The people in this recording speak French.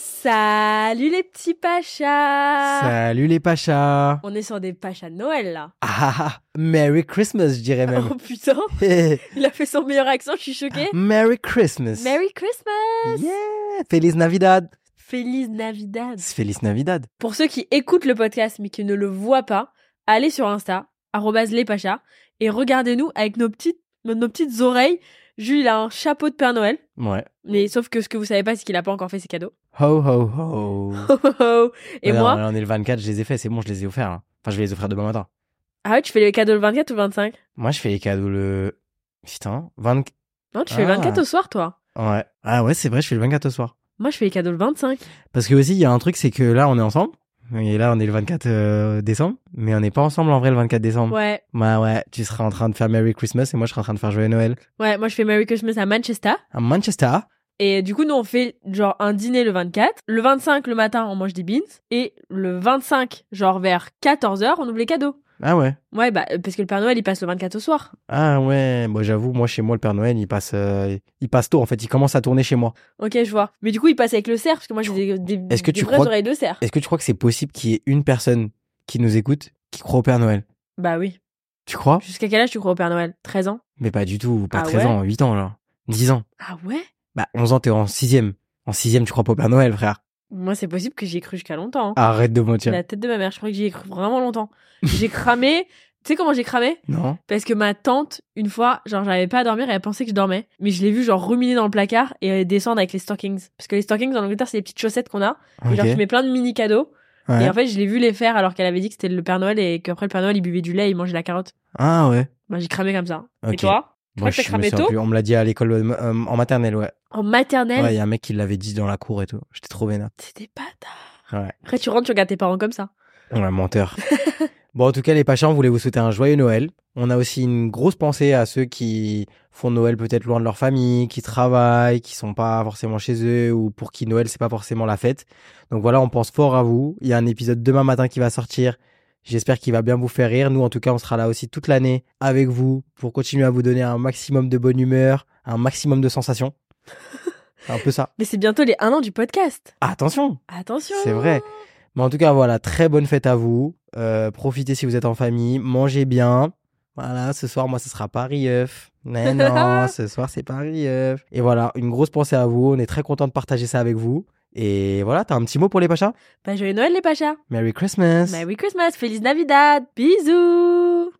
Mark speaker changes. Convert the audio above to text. Speaker 1: Salut les petits
Speaker 2: Euh,
Speaker 1: pachas
Speaker 2: Salut les pachas
Speaker 1: On est sur des pachas de Noël là
Speaker 2: Ah, Merry Christmas, je dirais même.
Speaker 1: Oh putain Il a fait son meilleur accent, je suis choquée
Speaker 2: Merry Christmas.
Speaker 1: Merry Christmas
Speaker 2: Yeah, Feliz Navidad.
Speaker 1: Feliz Navidad
Speaker 2: Feliz Navidad.
Speaker 1: Pour ceux qui écoutent le podcast mais qui ne le voient pas, allez sur Insta, arrobase les pachas, et regardez-nous avec nos petites, nos petites oreilles. Jules il a un chapeau de Père Noël,
Speaker 2: Ouais.
Speaker 1: mais sauf que ce que vous savez pas, c'est qu'il a pas encore fait ses cadeaux. Oh,
Speaker 2: Ho ho ho.
Speaker 1: et
Speaker 2: Ouais,
Speaker 1: moi,
Speaker 2: non, là, on est le 24, je les ai faits, c'est bon, je les ai offerts. là. Enfin, je vais les offrir demain matin.
Speaker 1: ah ouais, tu fais les cadeaux le 24 ou le 25
Speaker 2: Moi, je fais les cadeaux le. Putain, 24.
Speaker 1: Non, tu fais le
Speaker 2: Ah.
Speaker 1: 24 au soir toi.
Speaker 2: Ouais. Ah ouais, c'est vrai, je fais le 24 au soir.
Speaker 1: Moi, je fais les cadeaux le 25.
Speaker 2: Parce que aussi, il y a un truc, c'est que là, on est ensemble. Et là, on est le 24 euh, décembre. Mais on n'est pas ensemble en vrai le 24 décembre.
Speaker 1: Ouais,
Speaker 2: Bah ouais, tu seras en train de faire Merry Christmas et moi, je serai en train de faire Joyeux Noël.
Speaker 1: ouais, moi je fais Merry Christmas à Manchester.
Speaker 2: À Manchester.
Speaker 1: Et du coup, nous, on fait genre un dîner le 24. Le 25, le matin, on mange des beans. Et le 25, genre vers 14h, on ouvre les cadeaux.
Speaker 2: Ah ouais.
Speaker 1: Ouais, bah, euh, parce que le Père Noël, il passe le 24 au soir.
Speaker 2: Ah ouais, moi j'avoue, moi chez moi le Père Noël il passe, euh, il passe tôt en fait, il commence à tourner chez moi.
Speaker 1: Ok, je vois. Mais du coup, il passe avec le cerf, parce que moi, j'ai des, des,
Speaker 2: Est-ce que
Speaker 1: des
Speaker 2: tu
Speaker 1: vraies
Speaker 2: crois-
Speaker 1: oreilles de cerf.
Speaker 2: Est-ce que tu crois que c'est possible qu'il y ait une personne qui nous écoute qui croit au Père Noël
Speaker 1: Bah oui.
Speaker 2: Tu crois
Speaker 1: Jusqu'à quel âge tu crois au Père Noël 13 ans
Speaker 2: Mais pas du tout, pas
Speaker 1: Ah
Speaker 2: 13
Speaker 1: ouais
Speaker 2: ans, 8 ans là, 10 ans.
Speaker 1: Ah ouais
Speaker 2: Bah 11 ans t'es en 6ème. En 6ème tu crois pas au Père Noël frère.
Speaker 1: Moi, c'est possible que j'y ai cru jusqu'à longtemps. hein.
Speaker 2: Arrête de mentir.
Speaker 1: La tête de ma mère, je crois que j'y ai cru vraiment longtemps. J'ai cramé. Tu sais comment j'ai cramé
Speaker 2: Non
Speaker 1: Parce que ma tante, une fois, genre, j'arrivais pas à dormir et elle pensait que je dormais. Mais je l'ai vue, genre, ruminer dans le placard et euh, descendre avec les stockings. Parce que les stockings, en Angleterre, c'est les petites chaussettes qu'on a. Et
Speaker 2: Ok.
Speaker 1: genre, tu mets plein de mini cadeaux.
Speaker 2: Ouais.
Speaker 1: Et en fait, je l'ai vu les faire alors qu'elle avait dit que c'était le Père Noël et qu'après le Père Noël, il buvait du lait et il mangeait la carotte.
Speaker 2: Ah ouais.
Speaker 1: Bah, j'ai cramé comme ça. Et
Speaker 2: Ok.
Speaker 1: toi crois
Speaker 2: Moi
Speaker 1: que t'as
Speaker 2: je me
Speaker 1: cramé
Speaker 2: souviens
Speaker 1: tôt
Speaker 2: plus, on me l'a dit à l'école euh, en maternelle ouais.
Speaker 1: En maternelle,
Speaker 2: Ouais, il y a un mec qui l'avait dit dans la cour et tout. J'étais trop vénère.
Speaker 1: c'était pas tard.
Speaker 2: Ouais.
Speaker 1: Après, tu rentres, tu regardes tes parents comme ça.
Speaker 2: On un menteur. bon, en tout cas, les Pachas, on voulait vous souhaiter un joyeux Noël. On a aussi une grosse pensée à ceux qui font Noël peut-être loin de leur famille, qui travaillent, qui sont pas forcément chez eux ou pour qui Noël c'est pas forcément la fête. Donc voilà, on pense fort à vous. Il y a un épisode demain matin qui va sortir. J'espère qu'il va bien vous faire rire. Nous, en tout cas, on sera là aussi toute l'année avec vous pour continuer à vous donner un maximum de bonne humeur, un maximum de sensations. C'est un peu ça.
Speaker 1: Mais c'est bientôt les 1 an du podcast.
Speaker 2: Ah, attention!
Speaker 1: Attention
Speaker 2: C'est vrai. Mais en tout cas, voilà, très bonne fête à vous. Euh, profitez si vous êtes en famille. Mangez bien. Voilà, ce soir, moi, ce sera Paris œuf. Mais non, ce soir, c'est Paris œuf. Et voilà, une grosse pensée à vous. On est très content de partager ça avec vous. Et voilà, t'as un petit mot pour les Pachas
Speaker 1: Bah, joyeux Noël, les Pachas.
Speaker 2: Merry Christmas.
Speaker 1: Merry Christmas, Feliz Navidad. Bisous